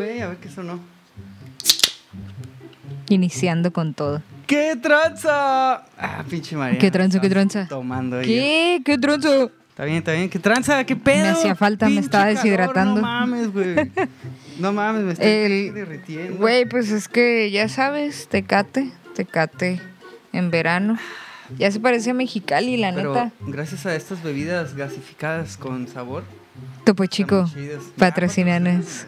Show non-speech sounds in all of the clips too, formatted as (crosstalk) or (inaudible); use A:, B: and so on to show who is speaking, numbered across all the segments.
A: eso no.
B: Iniciando con todo.
A: ¡Qué tranza! Ah, pinche María.
B: ¿Qué tranza, qué tranza?
A: Tomando ella.
B: ¿Qué? ¿Qué tronzo?
A: Está bien, está bien. ¿Qué tranza? ¿Qué pedo?
B: Me hacía falta, me
A: Pinche
B: estaba
A: calor,
B: deshidratando.
A: No mames,
B: (laughs)
A: güey. No mames, me estoy
B: El-
A: derritiendo.
B: Güey, pues es que ya sabes, Tecate, Tecate en verano. Ya se parece a Mexicali, la
A: Pero
B: neta.
A: gracias a estas bebidas gasificadas con sabor.
B: Topo Chico,
A: están muy chidas. Ya,
B: patrocinanos.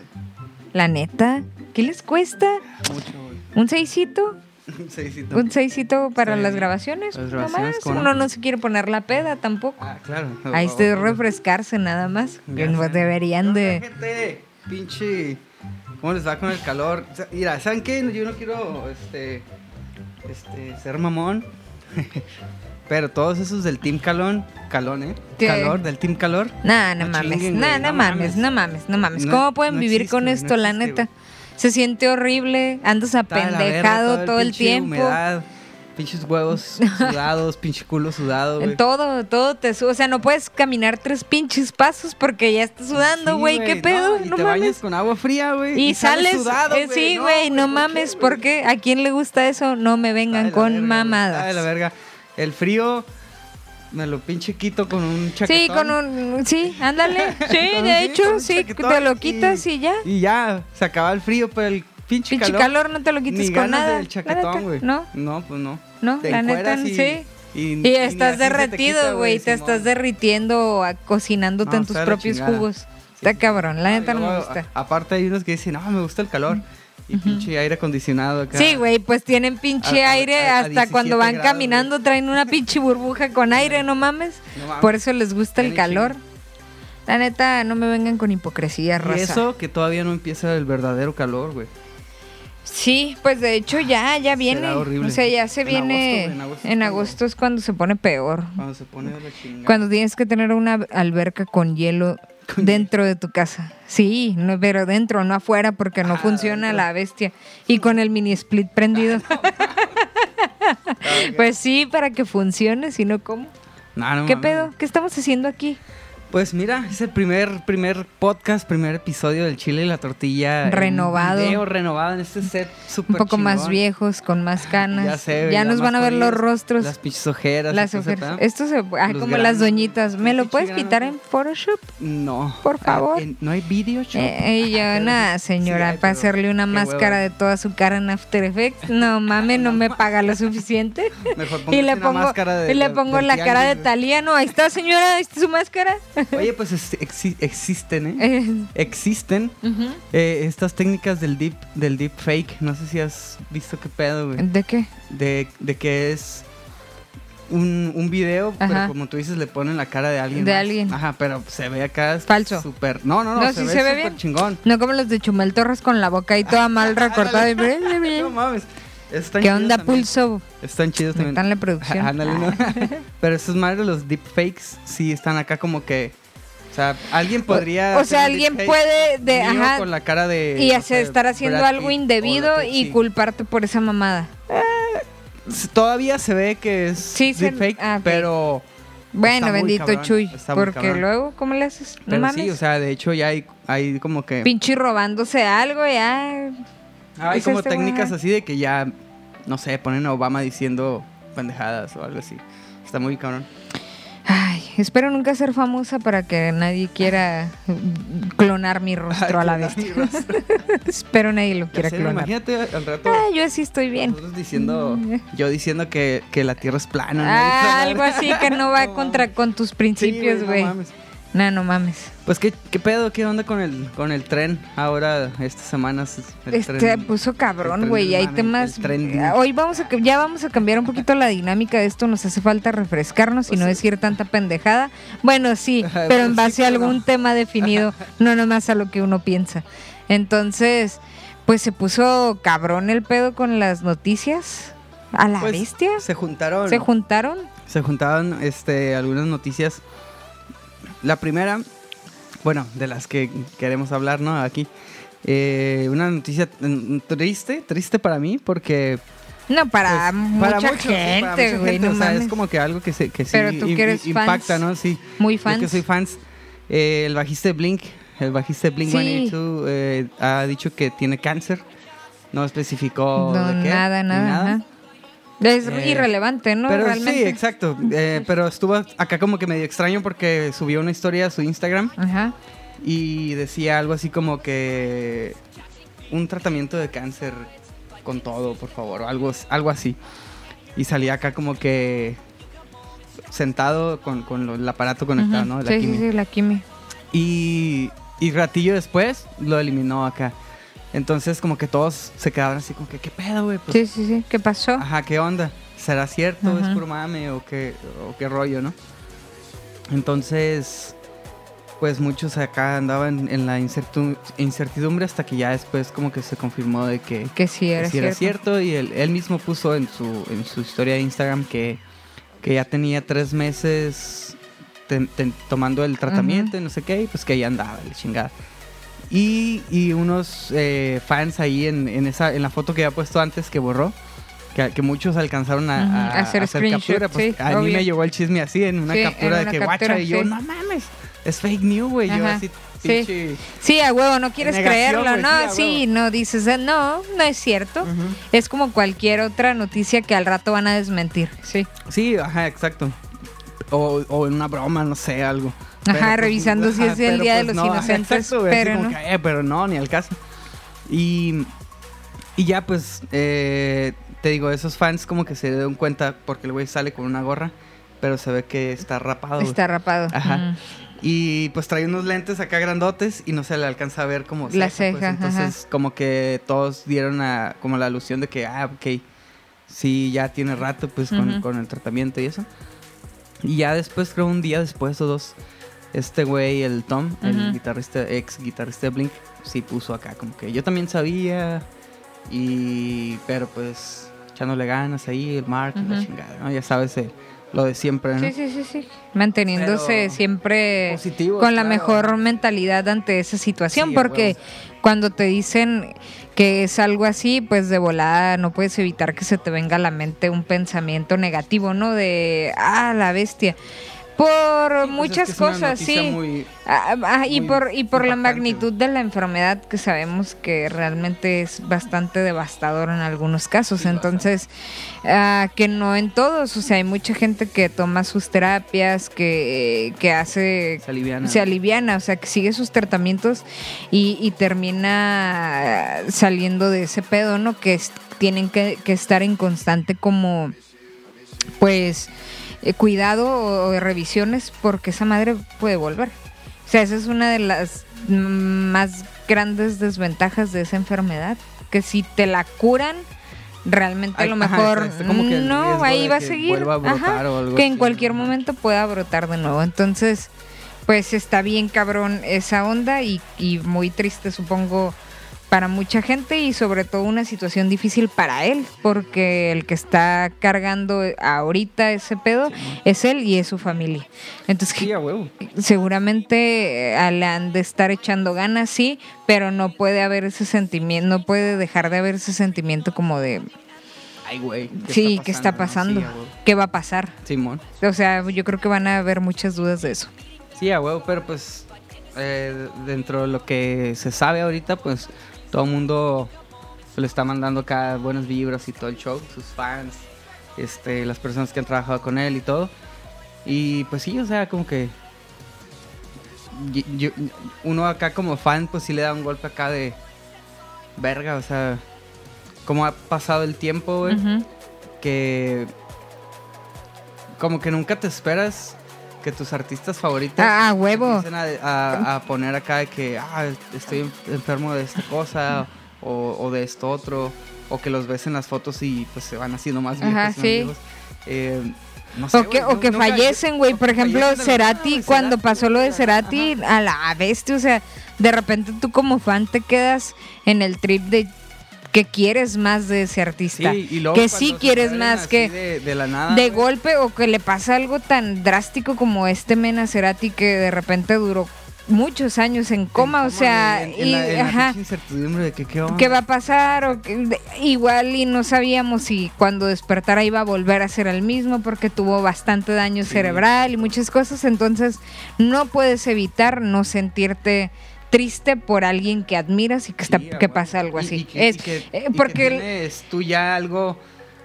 B: La neta, ¿qué les cuesta?
A: (laughs) Mucho, güey.
B: ¿Un seisito?
A: (laughs) Un seisito.
B: ¿Un seisito para
A: Sí.
B: las grabaciones?
A: Las
B: Nomás.
A: grabaciones, ¿cómo no?
B: Uno no se quiere poner la peda tampoco.
A: Ah, claro.
B: Ahí es de refrescarse nada más. Que no deberían de...
A: Gente, pinche. ¿Cómo les va con el calor? O sea, Mira, ¿saben qué? Yo no quiero este, este, ser mamón. (laughs) Pero todos esos del Team Calón, Calón, ¿eh?
B: ¿Qué?
A: Calor, del Team Calor.
B: Nah, no,
A: No
B: mames,
A: chinguen,
B: nah,
A: güey,
B: no,
A: no
B: mames,
A: mames.
B: no mames, no mames.
A: No-
B: ¿Cómo pueden
A: no
B: vivir
A: existe,
B: con
A: no
B: esto, la
A: existe,
B: neta?
A: güey.
B: Se siente horrible, andas
A: Está de la verga,
B: apendejado todo el,
A: pinche
B: tiempo.
A: Humedad, pinches huevos sudados, pinche culo sudado, güey.
B: En todo, todo te sube. O sea, no puedes caminar tres pinches pasos porque ya estás sudando,
A: Sí,
B: güey. ¿Qué pedo?
A: No, y
B: No,
A: te bañas
B: mames.
A: con agua fría, güey.
B: Y, sales.
A: sudado,
B: eh, sí, güey, no, mames.
A: ¿por qué, güey?
B: ¿Por qué? ¿A quién le gusta eso? No me vengan
A: Está de
B: con
A: la verga,
B: mamadas.
A: está de la verga. El frío me lo pinche quito con un chaquetón.
B: Sí, con un. Sí,
A: (laughs)
B: ándale.
A: Con
B: Sí,
A: un-
B: de
A: con un
B: hecho, sí,
A: chaquetón
B: te lo quitas y, ya.
A: Y ya, se acaba el frío, pero el pinche,
B: Pinche calor, no te lo quitas
A: ni
B: con
A: ganas
B: nada.
A: del
B: la neta,
A: chaquetón, güey.
B: No.
A: No, pues no.
B: No, la neta,
A: encueras y-
B: sí.
A: Y,
B: Y
A: y
B: estás
A: ni así se te quita,
B: derretido, güey. Te
A: Simón.
B: estás derritiendo, a- cocinándote
A: No,
B: en tus
A: está de la
B: propios
A: chingada.
B: jugos.
A: Sí,
B: Está
A: sí.
B: cabrón, la
A: Ah, y
B: neta no me
A: luego,
B: gusta.
A: a- aparte hay unos que dicen, no, me gusta el calor. Y pinche aire acondicionado acá. Ah,
B: Sí, güey, pues tienen pinche
A: A- a-
B: aire
A: a- a
B: hasta
A: 17
B: cuando van
A: grados,
B: caminando, traen una pinche burbuja con aire, no mames.
A: No mames.
B: Por eso les gusta el
A: Bien
B: calor.
A: chido.
B: La neta, no me vengan con hipocresía,
A: Y
B: raza.
A: eso que todavía no empieza el verdadero calor, güey.
B: Sí, pues de hecho ya, ya viene.
A: horrible.
B: O sea, ya se
A: En
B: viene.
A: agosto, güey, en agosto es
B: en
A: cuando-
B: agosto es cuando se pone peor.
A: Cuando se pone de la chingada.
B: Cuando tienes que tener una alberca con hielo
A: Con
B: dentro de tu casa. Sí, no, pero dentro, no afuera, porque no
A: Ah,
B: funciona
A: dentro.
B: la bestia. Y con el mini split
A: (laughs)
B: prendido. pues sí, para que funcione, si no, ¿cómo?
A: No, no
B: ¿Qué
A: mames.
B: pedo? ¿Qué estamos haciendo aquí?
A: Pues mira, es el primer, primer podcast, primer episodio del Chile y la Tortilla. en
B: Renovado.
A: video renovado en este set súper
B: Un poco más
A: chingón.
B: viejos, con más canas.
A: Ya sé,
B: Ya
A: ya
B: nos
A: más
B: van a ver los
A: jodidos,
B: rostros.
A: Las pinches ojeras.
B: Las
A: y todo ese
B: ojeras.
A: pedo.
B: Esto se. ah,
A: Los
B: como las
A: granos.
B: doñitas. ¿Me lo
A: Pinche
B: puedes
A: grano.
B: quitar en Photoshop?
A: No.
B: Por favor.
A: Ah, eh, no hay video, shop?
B: Eh,
A: (laughs)
B: y yo, nada, señora,
A: ay,
B: para
A: pero
B: hacerle una
A: qué
B: máscara
A: hueva.
B: de toda su cara en After Effects, no mames, no me paga lo suficiente.
A: (laughs) Mejor
B: (laughs) Y
A: póngase
B: le
A: una
B: pongo,
A: máscara de-
B: y le
A: de-
B: pongo
A: del
B: la cara de
A: tianguis,
B: Taliano. Ahí está, señora, ahí está su máscara.
A: güey. Oye, pues es- exi- existen, ¿eh?
B: Eh,
A: Existen
B: ujú.
A: eh, estas técnicas del deep, del deep fake. No sé si has visto qué pedo, güey.
B: ¿De qué?
A: de, de que es un, un video,
B: Ajá.
A: pero como tú dices, le ponen la cara de alguien.
B: De
A: más.
B: alguien.
A: Ajá, pero se ve acá.
B: Falso.
A: Super, no, no, no,
B: No,
A: se
B: sí
A: ve
B: se ve
A: súper
B: bien.
A: chingón.
B: No como los de Chumel Torres con la boca ahí
A: (laughs)
B: toda mal recortada. y-
A: No mames. Están
B: ¿Qué
A: chidos
B: onda,
A: también.
B: Pulso? Pues
A: Están chidos también. (laughs)
B: Están la producción. Ah.
A: Ándale, ¿no? (laughs) Pero esos madres, los deepfakes, sí están acá como que. O sea, alguien podría.
B: O- o
A: hacer
B: sea,
A: un
B: alguien
A: deepfake
B: puede de-
A: mío
B: ajá,
A: Con la cara de.
B: Y
A: no
B: hacer-
A: sé,
B: estar haciendo
A: Brad
B: algo
A: Pitt o
B: indebido
A: lo que-
B: y
A: sí.
B: culparte por esa mamada.
A: Todavía se ve que es
B: Sí, se-
A: deepfake,
B: ah, ok.
A: pero.
B: Bueno,
A: Está muy
B: bendito
A: cabrón,
B: Chuy.
A: está muy
B: Porque
A: cabrón.
B: luego, ¿cómo le haces? No
A: Pero
B: mames.
A: sí, o sea, de hecho ya hay, hay como que...
B: Pinche y robándose algo, ya.
A: hay
B: es
A: como
B: este
A: técnicas
B: güey.
A: así de que ya, no sé, ponen a Obama diciendo pendejadas o algo así. Está muy cabrón.
B: Ay, espero nunca ser famosa para que nadie quiera mm, clonar mi rostro a la
A: Ay, (laughs)
B: bestia.
A: Dios.
B: espero nadie lo
A: Ya
B: quiera
A: sé,
B: clonar.
A: Imagínate al rato
B: Ah, yo así estoy bien.
A: nosotros
B: (laughs)
A: diciendo, yo diciendo que, que la Tierra es plana. ¿no?
B: Ah,
A: Esa madre.
B: algo así que no
A: (laughs)
B: va
A: No
B: contra
A: mames.
B: con tus
A: Sí,
B: principios,
A: no
B: güey.
A: mames.
B: no, no mames.
A: pues ¿qué, qué pedo, qué onda con el con el tren ahora estas semanas. El
B: Este
A: tren-
B: puso
A: el
B: cabrón,
A: tren
B: güey.
A: del
B: y Hay
A: mame,
B: temas. eh,
A: el tren del-
B: Hoy vamos a ca- ya vamos a cambiar un poquito la dinámica de esto. Nos hace falta refrescarnos y no decir tanta pendejada.
A: (laughs)
B: Bueno, sí,
A: Ajá,
B: pero
A: pues
B: en
A: sí,
B: base a
A: claro.
B: algún
A: (laughs)
B: tema definido, no nomás a lo que uno piensa. Entonces, pues se puso cabrón el pedo con las noticias. A la
A: pues,
B: bestia.
A: Se juntaron.
B: Se juntaron.
A: se juntaban este, algunas noticias. La primera, bueno, de las que queremos hablar, ¿no? Aquí. eh, una noticia mm, triste, triste para mí, porque...
B: No, para,
A: pues,
B: mucha,
A: muchos, sí, para
B: gente,
A: mucha
B: güey.
A: gente,
B: No
A: o sea, es
B: mames.
A: como que algo que, se, que sí
B: Pero tú que eres
A: impacta,
B: fans,
A: ¿no? Sí.
B: Muy
A: Yo que
B: fans.
A: soy fans. eh, el bajista de Blink, el bajista de Blink
B: Sí.
A: 182, eh, ha dicho que tiene cáncer. No especificó
B: No,
A: de qué,
B: nada,
A: ni
B: nada. ajá. Es
A: Eh,
B: irrelevante, ¿no?
A: pero
B: Realmente.
A: sí, exacto. Eh, pero estuvo acá como que medio extraño porque subió una historia a su Instagram
B: Ajá.
A: y decía algo así como que un tratamiento de cáncer con todo, por favor, o algo, algo así. Y salía acá como que sentado con, con lo- el aparato conectado,
B: Ujú.
A: ¿no? La
B: sí,
A: quimio.
B: sí, sí, la quimio.
A: Y, y ratillo después lo eliminó acá. Entonces como que todos se quedaron así como que, ¿qué pedo, güey? Pues,
B: Sí, sí, sí. ¿Qué pasó?
A: Ajá, ¿qué onda? ¿Será cierto? ¿Es
B: Ajá.
A: puro mame? ¿O qué, ¿O qué rollo, no? Entonces, pues muchos acá andaban en la incertu- incertidumbre hasta que ya después como que se confirmó de que
B: Que sí
A: que
B: era,
A: sí
B: cierto.
A: era cierto. Y él, él mismo puso en su, en su historia de Instagram que, que ya tenía tres meses ten- ten- tomando el tratamiento y no sé qué, y pues que ya andaba, la chingada. Y, y unos eh, fans ahí en, en esa, en la foto que había puesto antes que borró, que, que muchos alcanzaron a,
B: Ujú,
A: a-
B: a hacer
A: a
B: screenshot,
A: captura. Pues
B: sí,
A: a mí
B: obvio.
A: me llegó el chisme así, en una
B: Sí, en
A: captura
B: una
A: de que
B: captura,
A: guacha, y yo,
B: sí.
A: no mames, es fake news, güey. Yo
B: Ajá,
A: así,
B: sí.
A: pinche-
B: Sí, a huevo, no quieres
A: Negación,
B: creerlo,
A: güey, sí, a
B: ¿no? Sí, no dices, "Ah, no, no es cierto.
A: Ujú.
B: Es como cualquier otra noticia que al rato van a desmentir. Sí.
A: Sí, ajá, exacto. O, o en una broma, no sé, algo.
B: Ajá, revisando si es el
A: pero pues,
B: Día de los
A: ajá,
B: Inocentes,
A: güey, así
B: pero
A: como
B: no.
A: que, eh, pero no, ni al caso. Y, y ya, pues, eh, te digo, esos fans como que se dieron cuenta porque el güey sale con una gorra, pero se ve que está rapado. güey.
B: Está rapado.
A: Ajá.
B: Mm.
A: Y pues trae unos lentes acá grandotes y no se le alcanza a ver como
B: La
A: pues.
B: ceja, ajá.
A: Entonces, como que todos dieron a, como la alusión de que, ah, ok, sí, ya tiene rato pues con,
B: Ujú.
A: con el tratamiento y eso. Y ya después, creo un día después o dos, este güey, el Tom, el
B: Ujú.
A: guitarrista, ex guitarrista de Blink, sí puso acá como que yo también sabía y, pero pues, echándole ganas ahí, el Mark, la
B: Ujú.
A: chingada, ¿no? Ya sabes, eh, lo de siempre, ¿no?
B: Sí, sí, sí, sí. Manteniéndose
A: Pero
B: siempre
A: positivos,
B: con la
A: claro.
B: mejor mentalidad ante esa situación,
A: Sí, a
B: porque cuando te dicen que es algo así, pues de volada no puedes evitar que se te venga a la mente un pensamiento negativo, ¿no? De, ah, la bestia. Por
A: Sí, pues,
B: muchas
A: es que es una
B: cosas,
A: noticia
B: sí.
A: muy-
B: Ah, ah, y
A: muy
B: por, y por la
A: impactante.
B: magnitud de la enfermedad que sabemos que realmente es bastante devastador en algunos casos,
A: Sí,
B: entonces ah, que no en todos, o sea, hay mucha gente que toma sus terapias, que, que hace,
A: Se aliviana.
B: se aliviana, o sea, que sigue sus tratamientos y, y termina ah, saliendo de ese pedo, ¿no? Que es- tienen que, que estar en constante como, pues, eh, cuidado o, o revisiones porque esa madre puede volver. O sea, esa es una de las mm, más grandes desventajas de esa enfermedad, que si te la curan, realmente a
A: Ay,
B: lo
A: ajá,
B: mejor
A: está- como que el
B: no,
A: riesgo
B: ahí
A: de
B: va a
A: que
B: seguir.
A: vuelva a brotar
B: ajá,
A: o algo
B: que en
A: así,
B: cualquier
A: ajá.
B: momento pueda brotar de nuevo. Entonces, pues está bien cabrón esa onda y, y muy triste supongo para mucha gente y sobre todo una situación difícil para él, porque el que está cargando ahorita ese pedo es él y es su familia. Entonces,
A: Sí, a huevo.
B: (laughs) seguramente eh, al han de estar echando ganas, sí, pero no puede haber ese sentimiento, no puede dejar de haber ese sentimiento como de,
A: Ay, güey. ¿qué
B: sí, ¿qué está
A: pasando,
B: pasando?
A: no? Sí, a huevo.
B: ¿Qué va a pasar?
A: Simón.
B: O sea, yo creo que van a haber muchas dudas de eso.
A: Sí, a huevo, pero pues eh, dentro de lo que se sabe ahorita, pues todo el mundo le está mandando acá buenas vibras y todo el show, sus fans, este, las personas que han trabajado con él y todo. Y pues sí, o sea, como que y- yo- uno acá como fan, pues sí le da un golpe acá de verga, o sea, cómo ha pasado el tiempo, güey.
B: Ujú.
A: que como que nunca te esperas que tus artistas favoritas
B: Ah, ah, huevo.
A: empiecen a, a- a poner acá de que ah, estoy en- enfermo de esta cosa o, o de esto otro o que los ves en las fotos y pues se van haciendo más viejos,
B: Ajá,
A: más
B: sí.
A: viejos. Eh, no sé,
B: O que,
A: güey,
B: o
A: nu-
B: que
A: nunca-
B: fallecen, güey.
A: o
B: Por
A: que
B: ejemplo,
A: fallecen de la nada,
B: Cerati,
A: güey,
B: cuando pasó lo de
A: ajá,
B: Cerati, a la bestia, o sea, de repente tú como fan te quedas en el trip de que quieres más de ese artista.
A: Sí, y luego
B: que
A: cuando
B: sí
A: se
B: quieres
A: mueren
B: más
A: así
B: que...
A: de, de la nada güey.
B: de golpe o que le pasa algo tan drástico como este Mena Cerati que de repente duró muchos años en coma, o
A: En
B: sea,
A: güey, en- en
B: y,
A: la- en la
B: ajá,
A: pinche incertidumbre de que qué onda.
B: qué va a pasar o que- de- igual y no sabíamos si cuando despertara iba a volver a ser el mismo porque tuvo bastante daño
A: Sí.
B: cerebral y muchas cosas, entonces no puedes evitar no sentirte triste por alguien que admiras y que, está,
A: Sí,
B: que
A: aguanta.
B: pasa algo
A: Y-
B: así.
A: y que-
B: es,
A: y que-
B: eh,
A: y que
B: porque el- Eh,
A: tienes tú ya algo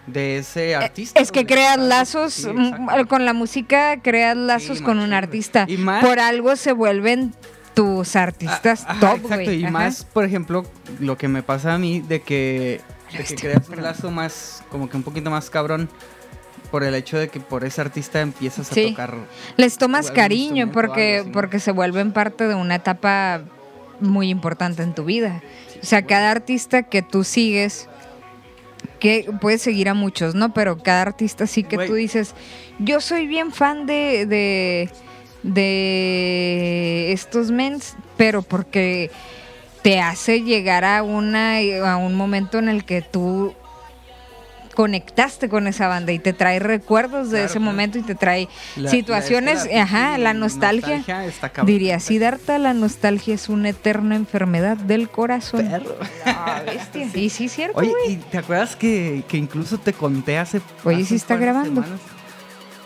A: de ese artista.
B: es que
A: güey.
B: creas
A: Algo-
B: lazos
A: sí,
B: mm,
A: exacto.
B: con la música, creas lazos
A: Sí,
B: con
A: machín,
B: un
A: güey.
B: artista.
A: Y más-
B: Por algo se vuelven tus artistas
A: Ah, ajá,
B: top,
A: Exacto,
B: güey.
A: y
B: Ajá.
A: más, por ejemplo, lo que me pasa a mí de que, de que creas un lazo más, como que un poquito más cabrón por el hecho de que por ese artista empiezas a
B: Sí.
A: tocar.
B: Les tomas
A: algún
B: cariño
A: instrumento,
B: porque,
A: algo así, ¿no?
B: porque se vuelven parte de una etapa muy importante en tu vida. O sea, cada artista que tú sigues, que puedes seguir a muchos, ¿no? Pero cada artista sí que
A: Güey.
B: tú dices, yo soy bien fan de, de, de estos mens, pero porque te hace llegar a una a un momento en el que tú conectaste con esa banda y te trae recuerdos de
A: Claro,
B: ese
A: claro.
B: momento y te trae
A: la-
B: situaciones,
A: la- esta-
B: ajá, la nostalgia.
A: está cabrón.
B: Diría Siddhartha, la nostalgia es una eterna enfermedad del corazón.
A: Perro.
B: Ah, bestia. Y sí, cierto.
A: Oye, ¿y te acuerdas que, que incluso te conté hace.
B: Oye, sí
A: hace
B: está
A: par de
B: grabando.
A: semanas?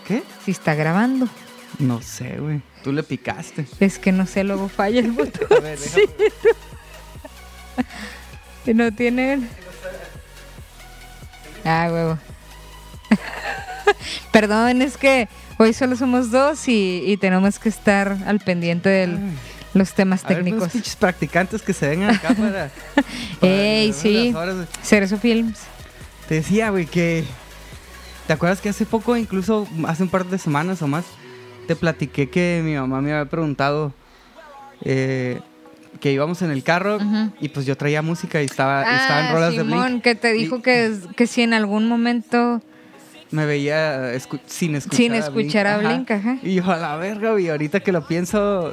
A: ¿Qué?
B: Si está grabando.
A: No sé, güey. Tú le picaste.
B: Es que no sé, luego falla el botón. (laughs)
A: A ver, déjame-
B: No tiene. Ah, huevo. (laughs) Perdón, es que hoy solo somos dos y, y tenemos que estar al pendiente de
A: Ay.
B: los temas
A: Ah. A ver, pues, unos
B: técnicos.
A: pinches practicantes que se vengan acá para.
B: (laughs) Ey,
A: las
B: sí.
A: horas, güey.
B: Cerezo Films.
A: Te decía, güey, que. ¿Te acuerdas que hace poco, incluso hace un par de semanas o más, te platiqué que mi mamá me había preguntado eh, que íbamos en el carro
B: Ujú.
A: y pues yo traía música y estaba, estaba en rolas de
B: Ah, Simón,
A: Blink.
B: que te dijo
A: Y-
B: que, que si en algún momento
A: Me veía escu- sin escuchar
B: Sin
A: a
B: escuchar a Blink, ajá.
A: Y yo a la verga, güey, ahorita que lo pienso.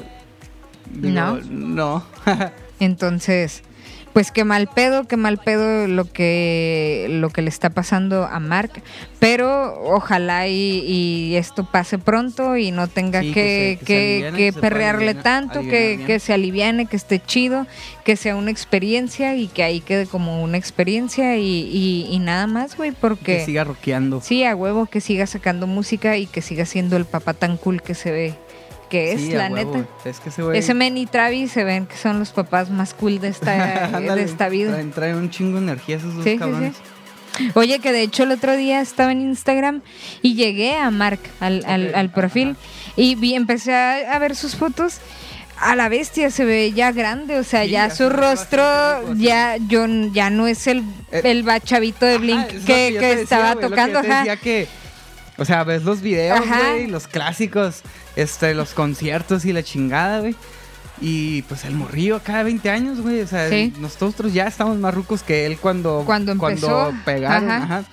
A: digo,
B: No.
A: No.
B: Entonces, pues qué mal pedo, qué mal pedo lo que, lo que le está pasando a Mark. Pero ojalá y, y esto pase pronto y no tenga
A: Sí, que
B: que,
A: se- que se
B: que-
A: aliviane,
B: que
A: que se pueda
B: perrearle
A: alivianar-
B: tanto, que,
A: alivianar bien.
B: que se aliviane, que esté chido, que sea una experiencia y que ahí quede como una experiencia y, y- y nada más, güey, porque...
A: Que siga rockeando.
B: Sí, a huevo que siga sacando música y que siga siendo el papá tan cool que se ve que es,
A: Sí, a
B: la
A: huevo,
B: neta.
A: güey. Es que ese güey.
B: Ese men y Travis se ven que son los papás más cool de esta, eh, de
A: (laughs) Ándale,
B: esta vida.
A: Traen, traen un chingo de energía esos dos
B: Sí, sí, sí.
A: cabrones.
B: Oye, que de hecho el otro día estaba en Instagram y llegué a Mark, al, al-
A: Ok,
B: al perfil, y vi, empecé a, a ver sus fotos. A la bestia se ve ya grande, o sea,
A: Sí,
B: ya
A: ya
B: su
A: se ve
B: rostro
A: bastante rico, sí.
B: ya yo ya no es el,
A: Eh,
B: el chavito de Blink
A: Ajá, Ah, es lo
B: que,
A: yo
B: que
A: te decía,
B: estaba
A: güey, lo que
B: tocando,
A: yo te
B: ajá.
A: decía que, o sea, ves los videos,
B: Ajá.
A: güey, los clásicos, este, los conciertos y la chingada, güey. Y pues el morrillo cada 20 años, güey. O sea,
B: Sí.
A: nosotros ya estamos más rucos que él cuando,
B: Cuando empezó,
A: pegaron,
B: ajá.
A: ajá.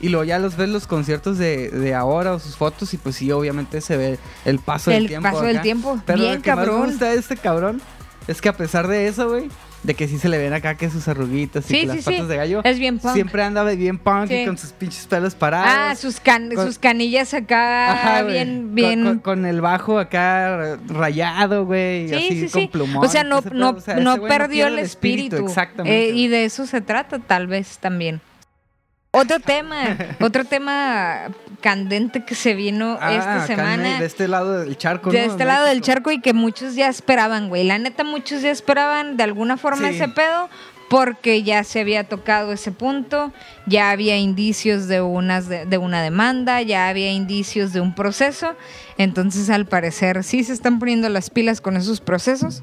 A: Y luego ya los ves los conciertos de, de ahora o sus fotos y pues sí, obviamente se ve el paso
B: El
A: del tiempo.
B: paso del
A: acá.
B: tiempo,
A: Pero
B: bien
A: lo que más me
B: cabrón.
A: gusta de este cabrón es que a pesar de eso, güey, de que sí se le ven acá que sus arruguitas
B: Sí,
A: y que las
B: sí, sí.
A: patas de gallo,
B: Es bien punk.
A: Siempre anda bien punk
B: Sí.
A: y con sus pinches pelos parados.
B: Ah, sus, can-
A: Con-
B: sus canillas acá
A: Ajá, güey.
B: bien,
A: Con-
B: bien.
A: Con, con el bajo acá rayado, güey.
B: Sí,
A: así
B: sí,
A: con
B: sí.
A: plumón.
B: O sea, no,
A: ese pedo,
B: no,
A: o sea,
B: no
A: ese güey
B: perdió
A: pierde
B: el espíritu.
A: Exactamente.
B: Eh, y de eso se trata, tal vez también.
A: (laughs)
B: Otro tema, otro tema candente que se vino
A: Ah,
B: esta
A: acá
B: semana.
A: en- De este lado del charco,
B: de
A: ¿no?
B: este lado del
A: México.
B: charco y que muchos ya esperaban, güey. La neta, muchos ya esperaban de alguna forma
A: Sí.
B: ese pedo porque ya se había tocado ese punto, ya había indicios de, unas de, de una demanda, ya había indicios de un proceso. Entonces, al parecer, sí se están poniendo las pilas con esos procesos.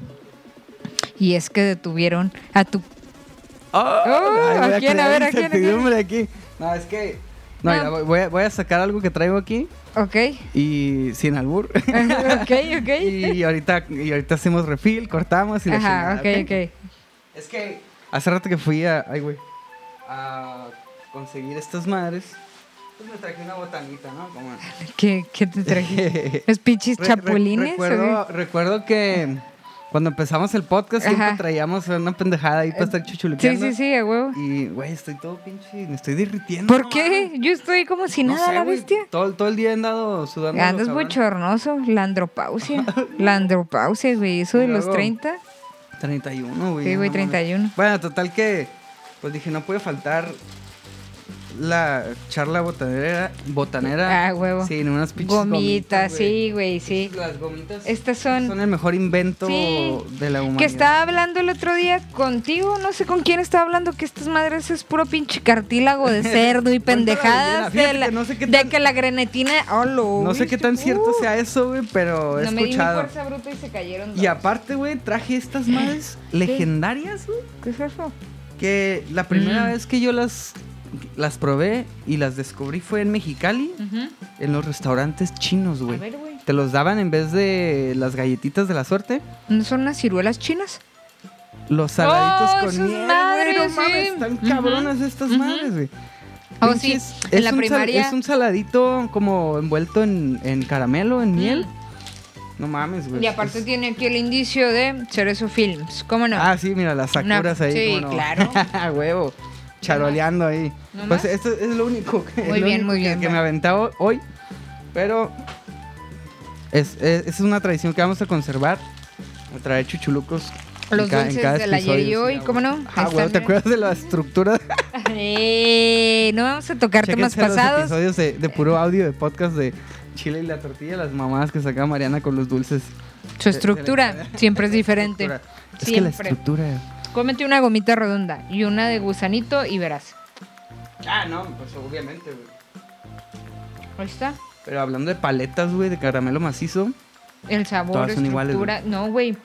B: Y es que detuvieron a tu...
A: Oh,
B: Oh,
A: ay, voy
B: ¿a quién? A
A: crear
B: ver, ¿a quién? ¿a quién?
A: incertidumbre aquí. No, es que. No,
B: No.
A: mira, voy- voy, a, voy a sacar algo que traigo aquí (laughs)
B: Ok, (laughs)
A: y sin albur. (laughs)
B: ok, ok.
A: y, ahorita, y ahorita hacemos refill, cortamos y la
B: Ajá,
A: chingada,
B: ok, ok.
A: Es que hace rato que fui a. Ay, güey. A conseguir estas madres. Pues me traje una botanita, ¿no? Como.
B: ¿Qué, qué te traje?
A: (laughs)
B: ¿Los pinches
A: Re- re-
B: chapulines? o qué?
A: recuerdo, recuerdo que cuando empezamos el podcast
B: Ajá. Eh,
A: siempre traíamos una pendejada ahí para estar
B: Sí,
A: chuchuleando.
B: sí, sí, a huevo.
A: Y, güey, estoy todo pinche. Me estoy derritiendo.
B: ¿Por
A: no
B: qué?
A: mames.
B: Yo estoy como si
A: No
B: nada,
A: sé,
B: la
A: güey,
B: bestia.
A: Todo, todo el día he andado sudando.
B: Andas
A: cabrón.
B: bochornoso,
A: (laughs)
B: la andropausia. la andropausia, güey, eso
A: Y
B: de los
A: luego,
B: 30.
A: 31, güey.
B: Sí, güey,
A: no mames.
B: 31.
A: Bueno, total que. Pues dije, no puede faltar la charla botanera. botanera
B: Ah, huevo.
A: Sí, en unas pinches
B: Gomitas,
A: güey.
B: sí, güey, sí.
A: Las gomitas
B: Estas son...
A: son el mejor invento
B: Sí,
A: de la humanidad.
B: Que estaba hablando el otro día contigo, no sé con quién estaba hablando, que estas madres es puro pinche cartílago
A: (laughs)
B: de cerdo y
A: Cuéntala
B: pendejadas
A: llena,
B: de,
A: fíjate
B: la-
A: que no sé qué
B: de
A: tan-
B: que la grenetina. Oh, lo
A: No sé qué
B: viste,
A: tan
B: uh.
A: cierto sea eso, güey, pero he
B: No me di mi
A: escuchado.
B: fuerza bruta y se cayeron dos.
A: Y aparte, güey, traje estas madres legendarias, güey,
B: ¿Qué es eso?
A: que la primera
B: Mm.
A: vez que yo las las probé y las descubrí fue en Mexicali, en los restaurantes chinos,
B: A
A: güey.
B: ver, güey.
A: Te los daban en vez de las galletitas de la suerte,
B: ¿No son unas ciruelas chinas?
A: los saladitos
B: Oh,
A: con
B: esas
A: miel,
B: madres,
A: güey, no mames,
B: sí.
A: están
B: Ujú,
A: cabronas estas
B: ujú.
A: madres, güey.
B: Oh, sí,
A: Pinches-
B: en
A: es
B: la
A: un sal-
B: primaria-
A: es un saladito como envuelto en, en caramelo, en miel. No mames, güey.
B: Mm. Y aparte
A: Pues, es-
B: tiene aquí el indicio de Cerezo Films. ¿Cómo no?
A: Ah, sí, mira, las
B: Una-
A: sakuras ahí.
B: sí,
A: cómo no. (laughs)
B: claro.
A: A huevo. Charoleando ahí.
B: ¿No
A: Pues
B: más?
A: esto es lo único que,
B: Muy
A: lo
B: bien,
A: único
B: muy
A: que-
B: bien,
A: que
B: va.
A: me aventaba hoy. Pero es, es, es una tradición que vamos a conservar. A traer chuchulucos. en
B: Los
A: ca- en
B: dulces
A: cada
B: del ayer y
A: episodio, sí,
B: hoy,
A: a
B: ¿cómo no?
A: huevo.
B: Ahí
A: Ah, huevo, ¿te
B: están, mira.
A: acuerdas de la estructura?
B: (laughs) Eh, no vamos a tocar temas
A: Chéquense Los
B: pasados.
A: episodios de, de puro audio de podcast de Chile y la tortilla, las mamadas que saca Mariana con los dulces.
B: Su estructura
A: (laughs)
B: siempre es diferente.
A: Estructura. Es que la
B: Siempre.
A: estructura.
B: Cómete una gomita redonda y una de gusanito y verás.
A: Ah, no, pues obviamente, güey.
B: Ahí está.
A: Pero hablando de paletas, güey, de caramelo macizo.
B: El sabor,
A: Todas son iguales,
B: estructura. no, güey.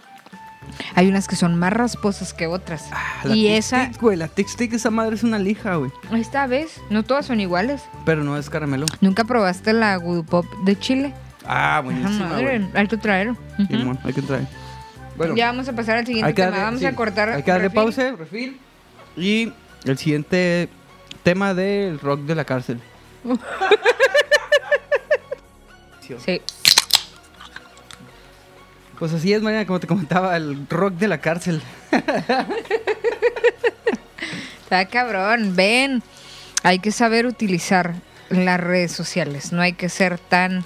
B: Hay unas que son más rasposas que otras.
A: ah, la
B: y
A: Tic
B: esa,
A: Tic, güey, la Tic Tic, esa madre es una lija, güey.
B: esta vez, no todas son iguales.
A: Pero no es caramelo.
B: ¿Nunca probaste la Gudupop de Chile?
A: Ah,
B: Ah,
A: buenísima,
B: madre,
A: güey.
B: hay que traerlo. Ujú.
A: Simón, hay que entrar. Bueno,
B: ya vamos a pasar al siguiente
A: hay que
B: tema.
A: darle-
B: vamos
A: sí,
B: a cortar.
A: Hay que darle
B: perfil.
A: pausa, refil. Y el siguiente tema del rock de la cárcel.
B: Sí.
A: Pues así es, Mariana, como te comentaba, el rock de la cárcel.
B: Está cabrón, ven. Hay que saber utilizar las redes sociales. No hay que ser tan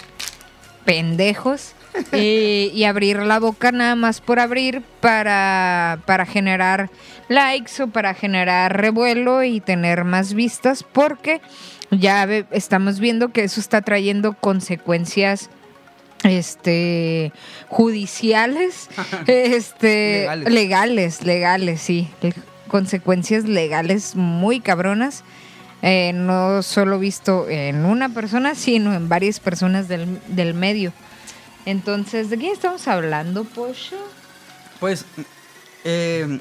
B: pendejos eh, y abrir la boca nada más por abrir para, para generar likes o para generar revuelo y tener más vistas porque ya ve- estamos viendo que eso está trayendo consecuencias este judiciales este
A: Legales.
B: legales legales, sí Le- consecuencias legales muy cabronas eh, no solo visto en una persona sino en varias personas del, del medio entonces de quién estamos hablando Pocho
A: Pues, eh,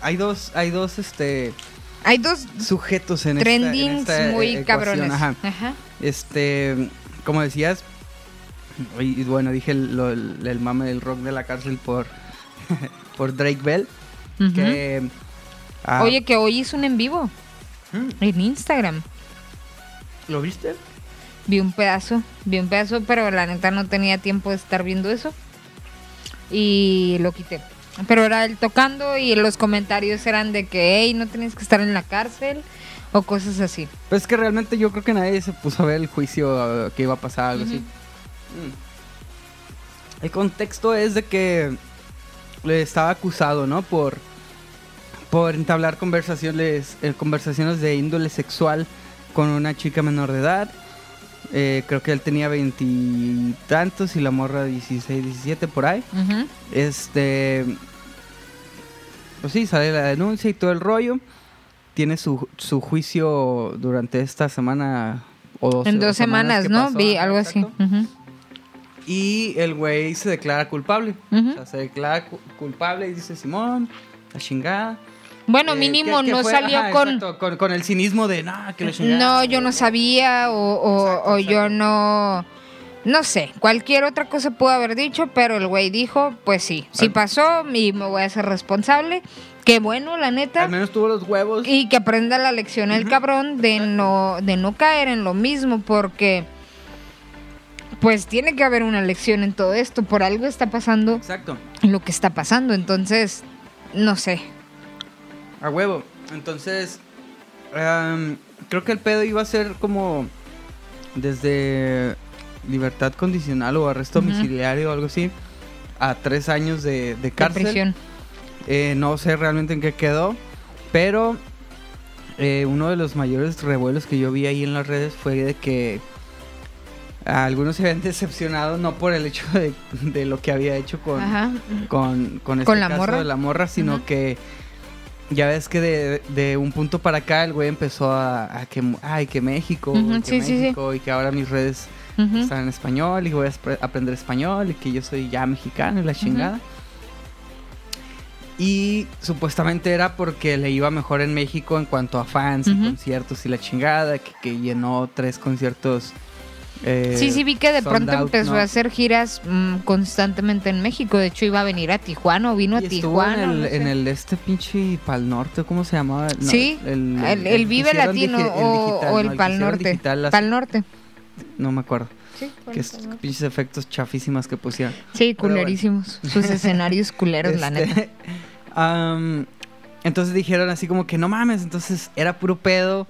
A: hay dos, hay dos, este,
B: hay dos
A: sujetos en esta- en
B: trendings
A: esta, eh,
B: muy
A: ecuación,
B: cabrones
A: ajá.
B: Ajá.
A: Este, como decías, y y bueno, dije el, lo- el- el mame del rock de la cárcel por, (laughs) por Drake Bell.
B: Ujú.
A: que, ah,
B: Oye, que hoy hizo un en vivo
A: ¿Mm?
B: en Instagram.
A: ¿lo viste?
B: Vi un pedazo, vi un pedazo, pero la neta no tenía tiempo de estar viendo eso. Y lo quité. Pero era él tocando y los comentarios eran de que, hey, no tienes que estar en la cárcel o cosas así.
A: Pues es que realmente yo creo que nadie se puso a ver el juicio eh, que iba a pasar, algo así.
B: Ujú.
A: Mm. El contexto es de que le estaba acusado, ¿no? Por, por entablar conversaciones, eh, conversaciones de índole sexual con una chica menor de edad. Eh, creo que él tenía veintitantos y la morra 16, 17 por ahí.
B: Ujú.
A: Este. Pues sí, sale la denuncia y todo el rollo. Tiene su, su juicio durante esta semana o dos
B: En dos semanas,
A: que
B: ¿no?
A: pasó,
B: vi
A: ajá,
B: algo
A: exacto.
B: así. Ujú.
A: Y el güey se declara culpable.
B: Ujú.
A: O sea, se declara cu- culpable y dice: Simón, la chingada.
B: Bueno,
A: Eh,
B: mínimo
A: ¿qué- qué
B: no
A: fue?
B: salió
A: Ajá,
B: con...
A: exacto, con. con el cinismo de, no, que la chingada.
B: No, yo no sabía o, o-
A: Exacto,
B: o yo
A: exacto.
B: no... No sé, cualquier otra cosa pudo haber dicho, pero el güey dijo, pues sí, sí
A: Al-
B: pasó y me voy a ser responsable. Qué bueno, la neta.
A: Al menos tuvo los huevos.
B: Y que aprenda la lección el cabrón de no, de no caer en lo mismo, porque pues tiene que haber una lección en todo esto. Por algo está pasando
A: Exacto.
B: lo que está pasando, entonces, no sé.
A: A huevo. Entonces, em, creo que el pedo iba a ser como desde libertad condicional o arresto
B: Ujú.
A: domiciliario o algo así a tres años de, de
B: La
A: cárcel.
B: prisión.
A: Eh, no sé realmente en qué quedó, pero eh, uno de los mayores revuelos que yo vi ahí en las redes fue de que algunos se habían (laughs) decepcionado no por el hecho de, de lo que había hecho con,
B: Ajá.
A: con, con este
B: Con la
A: caso
B: morra.
A: de la morra, sino
B: Ajá.
A: que ya ves que de, de un punto para acá el güey empezó a, a que, ay, que México,
B: Ujú,
A: y que
B: sí, sí, sí.
A: México, y que ahora mis redes
B: Ujú.
A: están en español y voy a apre- aprender español y que yo soy ya mexicano y la chingada. Y supuestamente era porque le iba mejor en México en cuanto a fans, y
B: Ujú.
A: conciertos y la chingada, que, que llenó tres conciertos. eh,
B: Sí, sí, vi que de
A: sold
B: pronto
A: out,
B: empezó
A: ¿no?
B: a hacer giras mm, constantemente en México. De hecho, iba a venir a Tijuana o vino a
A: Y estuvo
B: Tijuana.
A: en el,
B: no sé.
A: en el este pinche Pal Norte, ¿cómo se llamaba? No,
B: Sí,
A: el,
B: El- el
A: el que
B: Vive
A: hicieron
B: Latino
A: digi-
B: o-
A: digital,
B: o
A: no,
B: el
A: que
B: Pal
A: hicieron
B: Norte.
A: digital hace-
B: Pal Norte.
A: No me acuerdo.
B: Sí,
A: Que es pinches efectos chafísimas que pusieron. bueno.
B: culerísimos.
A: (laughs)
B: Sus escenarios culeros, la
A: Este,
B: neta.
A: am, entonces dijeron así como que no mames, entonces era puro pedo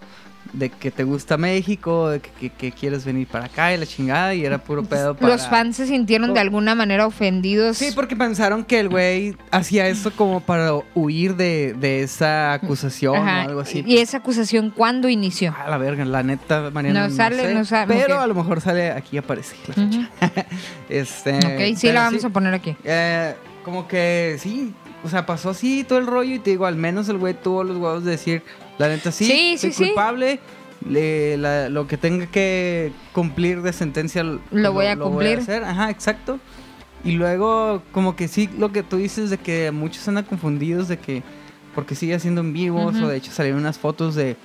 A: de que te gusta México, de que, que- que quieres venir para acá y la chingada, y era puro pedo (laughs) para... Oh.
B: Los fans se sintieron de alguna manera ofendidos.
A: Sí, porque pensaron que el güey hacía eso como para huir de, de esa acusación
B: Ajá,
A: o algo así. pues.
B: ¿Y esa acusación cuándo inició?
A: A la verga, la neta, Mariana.
B: No sale,
A: sé,
B: no sale,
A: Pero
B: ok.
A: a lo mejor sale aquí aparece la
B: Ujú.
A: fecha. Este,
B: ok, sí,
A: Ah, pero
B: la vamos a poner aquí.
A: eh, como que sí, o sea, pasó así todo el rollo y te digo, al menos el güey tuvo los huevos de decir, la neta sí,
B: Sí,
A: soy
B: sí, sí.
A: culpable, le- la- lo que tenga que cumplir de sentencia lo,
B: voy a cumplir.
A: hacer. Ajá, exacto. Y luego como que sí, lo que tú dices de que muchos andan confundidos de que porque sigue haciendo en vivos
B: Ujú.
A: o de hecho salieron unas fotos de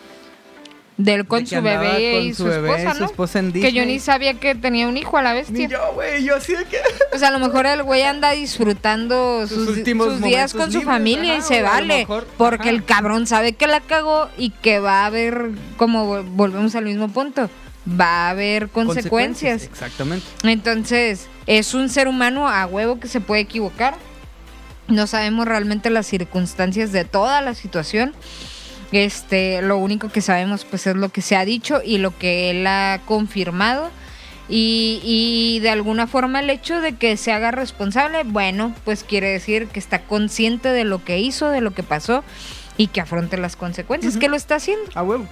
B: Del con
A: de que
B: su
A: andaba
B: bebé
A: con
B: y su,
A: bebé pues. y
B: esposa,
A: su
B: ¿no?
A: esposa en
B: Que yo
A: Disney.
B: ni sabía que tenía un hijo a la
A: Ni
B: bestia.
A: yo, güey, yo así de que
B: O sea, a lo mejor el güey anda disfrutando
A: Sus
B: sus,
A: últimos
B: sus
A: momentos
B: días con su
A: libres,
B: familia y
A: ajá,
B: se
A: o a lo
B: vale.
A: mejor, ajá.
B: porque el cabrón sabe que la cagó y que va a haber, como vol- volvemos al mismo punto, va a haber (laughs) consecuencias.
A: Exactamente.
B: Entonces, es un ser humano a huevo que se puede equivocar. No sabemos realmente las circunstancias de toda la situación. Este, lo único que sabemos pues es lo que se ha dicho y lo que él ha confirmado. Y, y de alguna forma el hecho de que se haga responsable, bueno, pues quiere decir que está consciente de lo que hizo, de lo que pasó y que afronte las consecuencias, que lo está haciendo.
A: A Ah, huevo.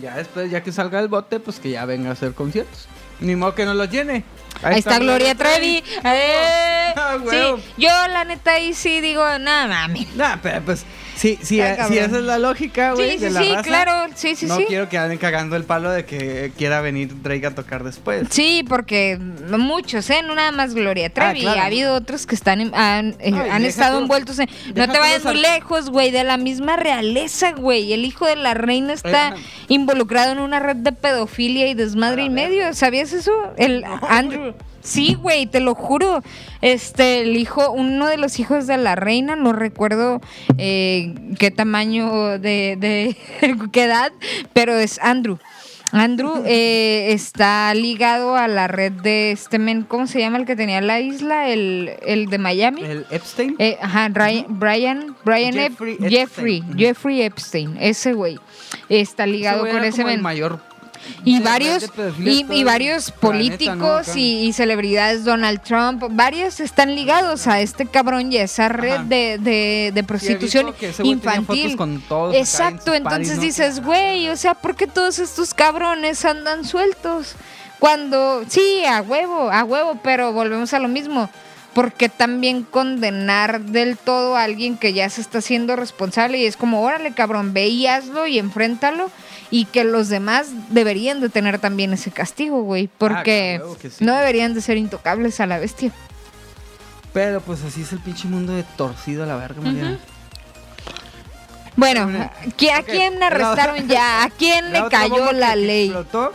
A: Ya después, ya que salga el bote, pues que ya venga a hacer conciertos. Ni modo que no los llene.
B: Ahí, está, Gloria Trevi. ¡Eh!
A: Ah, huevo.
B: Sí, yo la neta ahí sí digo, nada mames.
A: Nah, pero pues, sí, sí,
B: Está
A: eh,
B: cabrón.
A: sí, esa es la lógica, Ah, güey.
B: Sí,
A: de
B: sí,
A: la
B: sí,
A: raza.
B: claro, sí, sí,
A: no
B: sí.
A: quiero que anden cagando el palo de que quiera venir Drake a tocar después.
B: Sí, porque muchos, ¿eh? No nada más Gloria Trevi.
A: Ah, claro.
B: Ha habido otros que están en- han, eh,
A: No, y
B: han
A: deja
B: estado
A: tú-
B: envueltos en... No
A: deja
B: te
A: tú
B: vayas
A: los
B: muy
A: ar-
B: lejos, güey, de la misma realeza, güey. El hijo de la reina está
A: Oye,
B: involucrado en una red de pedofilia y desmadre
A: A
B: y
A: la
B: medio. ¿Sabías eso? El Andrew... Sí, güey, te lo juro. Este, el hijo, uno de los hijos de la reina, no recuerdo eh, qué tamaño de, de (laughs) qué edad, pero es Andrew.
A: (laughs)
B: Andrew eh, está ligado a la red de este men, ¿cómo se llama el que tenía la isla? El, el de Miami.
A: El Epstein.
B: Eh, ajá, Ryan- Brian, Brian, Ep-
A: Jeffrey
B: Jeffrey,
A: Epstein.
B: Jeffrey,
A: Ujú.
B: Epstein, ese güey. Está ligado
A: güey
B: con
A: era
B: ese
A: como el
B: men
A: mayor.
B: y
A: de-
B: varios
A: de pedofilia
B: y,
A: todo
B: y
A: el
B: varios
A: planeta,
B: políticos
A: ¿no? Acá.
B: y, y celebridades Donald Trump varios están ligados a este cabrón y a esa red
A: Ajá.
B: de, de- de prostitución
A: que ese güey tenía
B: infantil
A: fotos con todos acá en sus
B: exacto
A: parties,
B: entonces
A: ¿no?
B: dices güey o sea por qué todos estos cabrones andan sueltos cuando sí a huevo a huevo pero volvemos a lo mismo porque también condenar del todo a alguien que ya se está haciendo responsable y es como, órale cabrón, ve y hazlo y enfréntalo y que los demás deberían de tener también ese castigo, güey, porque
A: Ah, claro que sí.
B: no deberían de ser intocables a la bestia.
A: Pero pues así es el pinche mundo de torcido a la verga, Mariana.
B: Bueno,
A: Una-
B: ¿qui- ¿a
A: Ok,
B: quién
A: la-
B: arrestaron ya?
A: (laughs)
B: ¿A quién
A: La
B: le
A: otra bomba
B: cayó
A: que-
B: la
A: que
B: ley?
A: explotó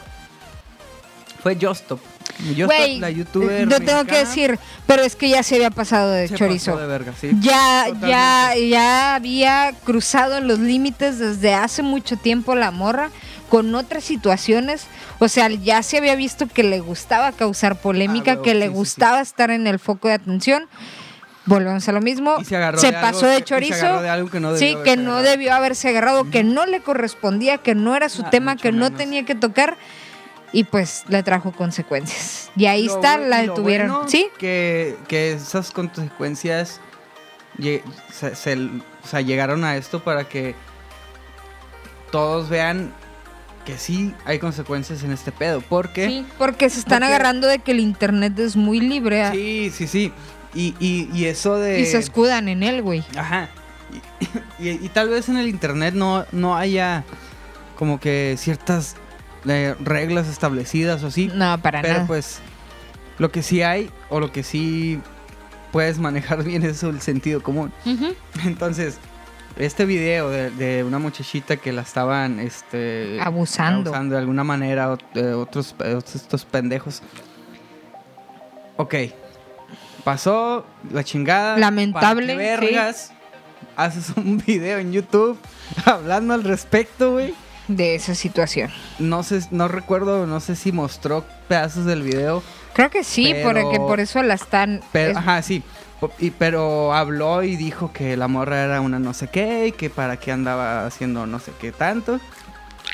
A: fue Justop. Justop,
B: Güey,
A: la youtuber.
B: yo tengo que
A: mexicana,
B: decir, pero es que ya se había pasado de
A: se
B: chorizo.
A: pasó de verga, sí.
B: Ya, ya,
A: Totalmente.
B: ya había cruzado los límites desde hace mucho tiempo la morra con otras situaciones. O sea, ya se había visto que le gustaba causar polémica,
A: Ah, huevo,
B: que le
A: sí, sí, sí.
B: gustaba estar en el foco de atención. Volvemos a lo mismo.
A: Y se agarró de algo
B: pasó
A: que- y
B: de
A: se
B: chorizo.
A: agarró de algo que no debió
B: sí, que
A: haberse
B: no
A: agarrado.
B: debió haberse agarrado, que no le correspondía, que no era su
A: Ah,
B: tema,
A: mucho
B: que no
A: menos.
B: tenía que tocar. Y pues le trajo consecuencias. Y ahí
A: Lo
B: está,
A: bu-
B: la
A: lo
B: detuvieron.
A: bueno
B: sí,
A: Que, que esas consecuencias lle- se, se- o sea, llegaron a esto para que todos vean que sí hay consecuencias en este pedo. Porque.
B: Sí, porque se están
A: Porque-
B: agarrando de que el internet es muy libre ah,
A: Sí, eh, sí, sí. Y, y- y eso de.
B: y se escudan en él, güey.
A: Ajá. Y, y- y tal vez en el internet no, no haya como que ciertas eh, reglas establecidas o así.
B: No, para
A: pero
B: nada.
A: pues lo que sí hay o lo que sí puedes manejar bien es el sentido común. (laughs)
B: Ujú.
A: Entonces, este video de, de una muchachita que la estaban este,
B: Abusando.
A: de alguna manera, o- de otros, otros estos pendejos. Ok, pasó la chingada.
B: Lamentable,
A: ¿Para qué vergas. Haces (laughs) un video en YouTube hablando al respecto, güey.
B: De esa situación.
A: No sé, no recuerdo, no sé si mostró pedazos del video.
B: Creo que sí,
A: Pero-
B: porque por eso la están.
A: Pero,
B: es-
A: ajá, sí. Po- Y, pero habló y dijo que la morra era una no sé qué y que para qué andaba haciendo no sé qué tanto.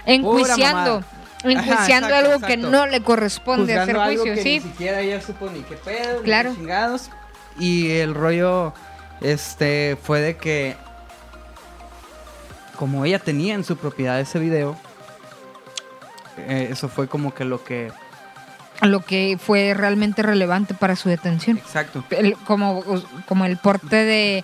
B: enjuiciando.
A: mamada.
B: Enjuiciando
A: Ajá, exacto,
B: algo que
A: exacto.
B: no le corresponde hacer
A: Juzgando algo
B: juicio,
A: que
B: sí.
A: Ni siquiera ella supo ni qué pedo, ni
B: Claro.
A: qué chingados. Y el rollo este fue de que como ella tenía en su propiedad ese video, eh, eso fue como que lo que
B: Lo que fue realmente relevante para su detención.
A: exacto.
B: El- como, como el porte de,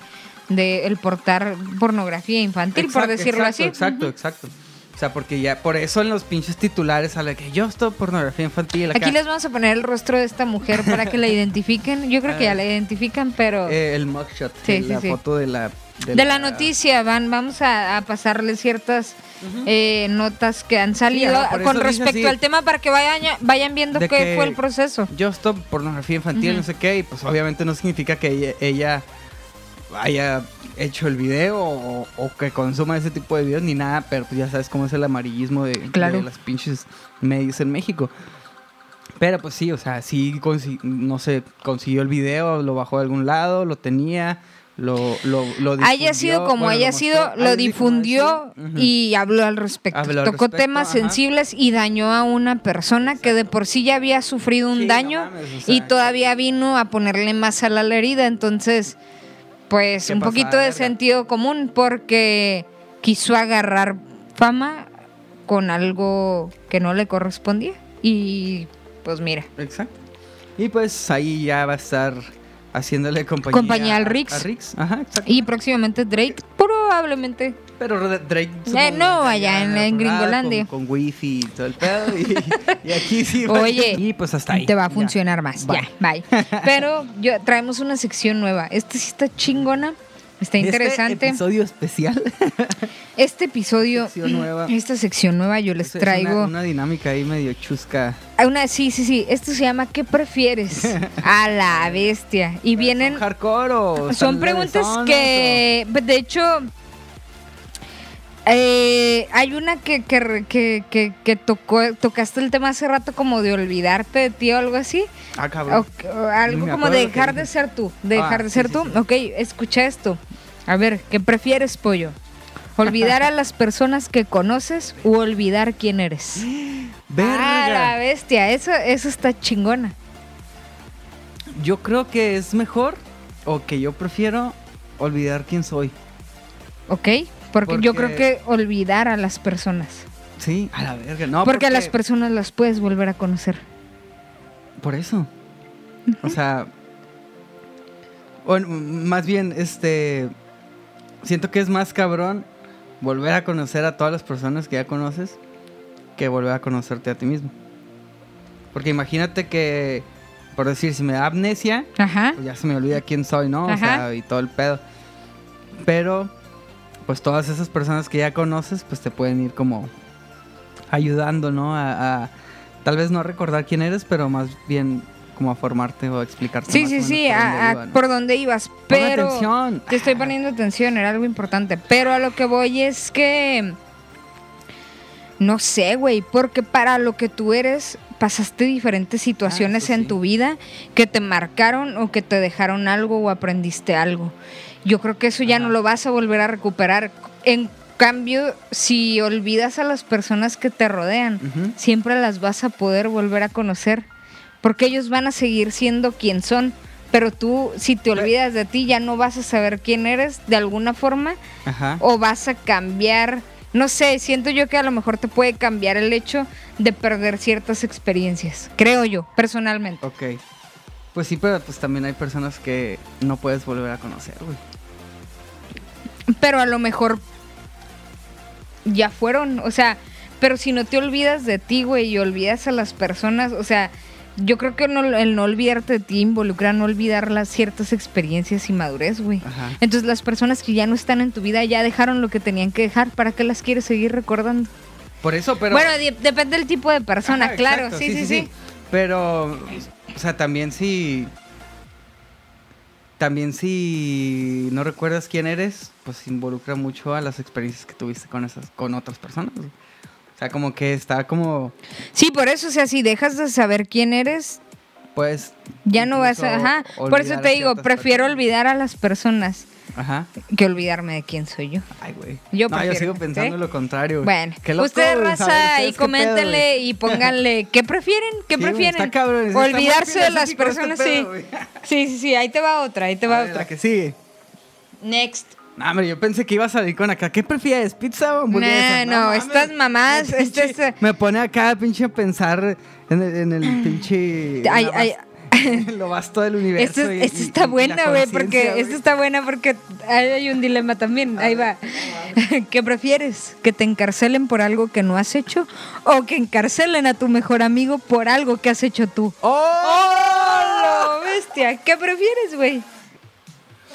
B: de. El portar pornografía infantil, por
A: Exacto,
B: decirlo
A: exacto,
B: así.
A: Exacto, exacto. O sea, porque ya por eso en los pinches titulares sale que yo estoy pornografía infantil acá.
B: Aquí les vamos a poner el rostro de esta mujer para
A: (laughs)
B: que la identifiquen. Yo creo que ya la identifican, pero
A: Ah. Eh, el mugshot,
B: Sí,
A: eh,
B: sí,
A: la
B: sí.
A: foto de la
B: de la noticia van, vamos a, a pasarle ciertas eh, notas que han salido
A: ajá, por eso
B: con
A: dice
B: respecto
A: así.
B: al tema para que vayan vayan viendo
A: De
B: qué
A: que-
B: fue el proceso.
A: Yo stop pornografía infantil,
B: Ujú.
A: no sé qué, y pues obviamente no significa que ella, ella haya hecho el video o, o que consuma ese tipo de videos ni nada, pero pues ya sabes cómo es el amarillismo de,
B: Claro.
A: de las pinches medios en México. Pero pues sí, o sea, sí, consi- no sé, consiguió el video, lo bajó de algún lado, lo tenía, lo, lo, lo
B: Haya
A: difundió,
B: sido como
A: bueno, lo
B: haya
A: mostró,
B: sido, lo
A: algo así como
B: difundió
A: decir, ujú.
B: y habló al respecto.
A: Habló al
B: Tocó
A: respecto,
B: temas
A: ajá.
B: sensibles y dañó a una persona que de por sí ya había sufrido un
A: Sí, no
B: daño
A: mames, o
B: y
A: sea,
B: todavía vino a ponerle más a la herida. Entonces, pues
A: Qué
B: un
A: pasada de
B: poquito de
A: verga.
B: sentido común porque quiso agarrar fama con algo que no le correspondía. Y pues mira,
A: Exacto. Y pues ahí ya va a estar haciéndole compañía,
B: Compañía al
A: a-
B: Rix.
A: A Rix. Ajá, exacto.
B: y próximamente Drake probablemente
A: Pero de- Drake.
B: Eh,
A: supongo,
B: no,
A: allá
B: allá en-
A: otro
B: en
A: lado,
B: Gringolandia.
A: Con, con wifi y todo el pedo. Y, y aquí sí. va-
B: Oye,
A: Y pues hasta ahí.
B: Te va a
A: ya.
B: funcionar más.
A: Bye. (laughs)
B: Ya, bye. Pero yo, traemos una sección nueva. Esta sí está chingona. Está interesante.
A: Este episodio especial.
B: Este episodio,
A: Sección nueva.
B: (clears throat) esta sección nueva, yo les
A: Es una-
B: traigo.
A: Una, dinámica ahí medio chusca.
B: Ah, Una, sí, sí, sí. Esto se llama
A: (laughs)
B: ¿Qué prefieres? A la bestia. Y vienen.
A: ¿Son hardcore o
B: Son preguntas que. De hecho. eh, hay una que, que, re- que, que- que tocó, tocaste el tema hace rato como de olvidarte de ti o algo así.
A: levesonas o- Ah, cabrón.
B: O- o algo
A: me
B: como
A: acuerdo
B: de
A: lo que
B: dejar de
A: dije.
B: ser tú, de dejar
A: Ah,
B: de
A: sí,
B: ser
A: sí,
B: tú.
A: sí.
B: Ok, escucha esto. A ver, ¿qué prefieres, pollo? ¿Olvidar a las personas que conoces o olvidar quién eres? Ah, la
A: Verga.
B: bestia, eso, eso está chingona.
A: Yo creo que es mejor o que yo prefiero olvidar quién soy.
B: ¿Ok? Porque, yo creo
A: Porque-
B: que olvidar a las personas.
A: Sí, a la verga. No,
B: porque a las personas las puedes volver a conocer.
A: Por eso. O sea. o n- más bien, este. Siento que es más cabrón volver a conocer a todas las personas que ya conoces que volver a conocerte a ti mismo. Porque imagínate que, por decir, si me da amnesia,
B: Ajá.
A: pues ya se me olvida quién soy, ¿no? O
B: Ajá.
A: sea, y todo el pedo. Pero, pues todas esas personas que ya conoces, pues te pueden ir como ayudando, ¿no? A, a- tal vez no recordar quién eres, pero más bien como a formarte o a explicarte.
B: Sí,
A: más
B: sí,
A: o menos
B: sí,
A: Pues, por
B: a-
A: dónde
B: a-
A: iba, ¿no?
B: por dónde ibas.
A: Pon
B: Pero.
A: atención.
B: Te estoy poniendo atención, era algo importante. Pero a lo que voy es que. No sé, güey, porque para lo que tú eres pasaste diferentes situaciones
A: Ah, eso
B: en
A: sí.
B: tu vida que te marcaron o que te dejaron algo o aprendiste algo. Yo creo que eso ya no
A: Ajá.
B: lo vas a volver a recuperar. En cambio, si olvidas a las personas que te rodean,
A: Ujú.
B: siempre las vas a poder volver a conocer. Porque ellos van a seguir siendo quien son. Pero tú, si te olvidas de ti, ya no vas a saber quién eres de alguna forma.
A: Ajá.
B: O vas a cambiar no sé, siento yo que a lo mejor te puede cambiar el hecho de perder ciertas experiencias, creo yo, personalmente.
A: Ok. Pues sí, pero pues también hay personas que no puedes volver a conocer, güey.
B: Pero a lo mejor ya fueron, o sea, pero si no te olvidas de ti, güey, y olvidas a las personas, o sea, yo creo que no, el no olvidarte de ti involucra no olvidar las ciertas experiencias y madurez, güey.
A: Ajá.
B: Entonces las personas que ya no están en tu vida ya dejaron lo que tenían que dejar, ¿para qué las quieres seguir recordando?
A: Por eso, pero.
B: bueno, de- depende del tipo de persona,
A: Ajá,
B: claro,
A: Ah, exacto,
B: sí, sí, sí,
A: Pero, o sea, también si. También si no recuerdas quién eres, pues involucra mucho a las experiencias que tuviste con esas, con otras personas. güey. O sea, como que está como,
B: Sí, por eso, o sea, si dejas de saber quién eres,
A: pues.
B: ya no vas a...
A: incluso
B: Ajá, por eso
A: olvidar
B: te
A: a
B: digo,
A: ciertas
B: prefiero
A: personas.
B: olvidar a las personas
A: Ajá.
B: que olvidarme de quién soy yo.
A: Ay, güey.
B: Yo
A: no, yo
B: prefiero,
A: sigo pensando
B: ¿sí?
A: lo contrario. güey.
B: Bueno,
A: Qué loco,
B: ustedes
A: güey,
B: raza
A: saber ustedes
B: y
A: qué pedo, güey.
B: coméntenle y pónganle qué prefieren, qué
A: Sí, güey,
B: prefieren.
A: está cabrón, está muy
B: Olvidarse de las
A: filosófico este
B: personas, sí.
A: pedo, güey.
B: Sí, sí, sí, ahí te va otra, ahí te va
A: A ver,
B: otra.
A: la que sigue.
B: Next.
A: No, hombre, yo pensé que iba a salir con acá. ¿Qué prefieres, pizza o hamburguesa?
B: Nah, no,
A: mames.
B: estas mamás,
A: Me (laughs) pinche-
B: este- este-
A: Me pone acá, pinche, a pensar en el, en el pinche... en
B: Ay,
A: la
B: ay.
A: vas- (laughs) lo vasto del universo.
B: Esta,
A: y-
B: esta
A: y- y
B: está
A: la
B: buena, güey, porque
A: conciencia,
B: esta está buena porque ahí hay un dilema también. ahí va. (laughs) ¿Qué prefieres? ¿Que te encarcelen por algo que no has hecho o que encarcelen a tu mejor amigo por algo que has hecho tú?
A: ¡Oh!
B: ¡Oh, lo bestia! ¿Qué prefieres, güey?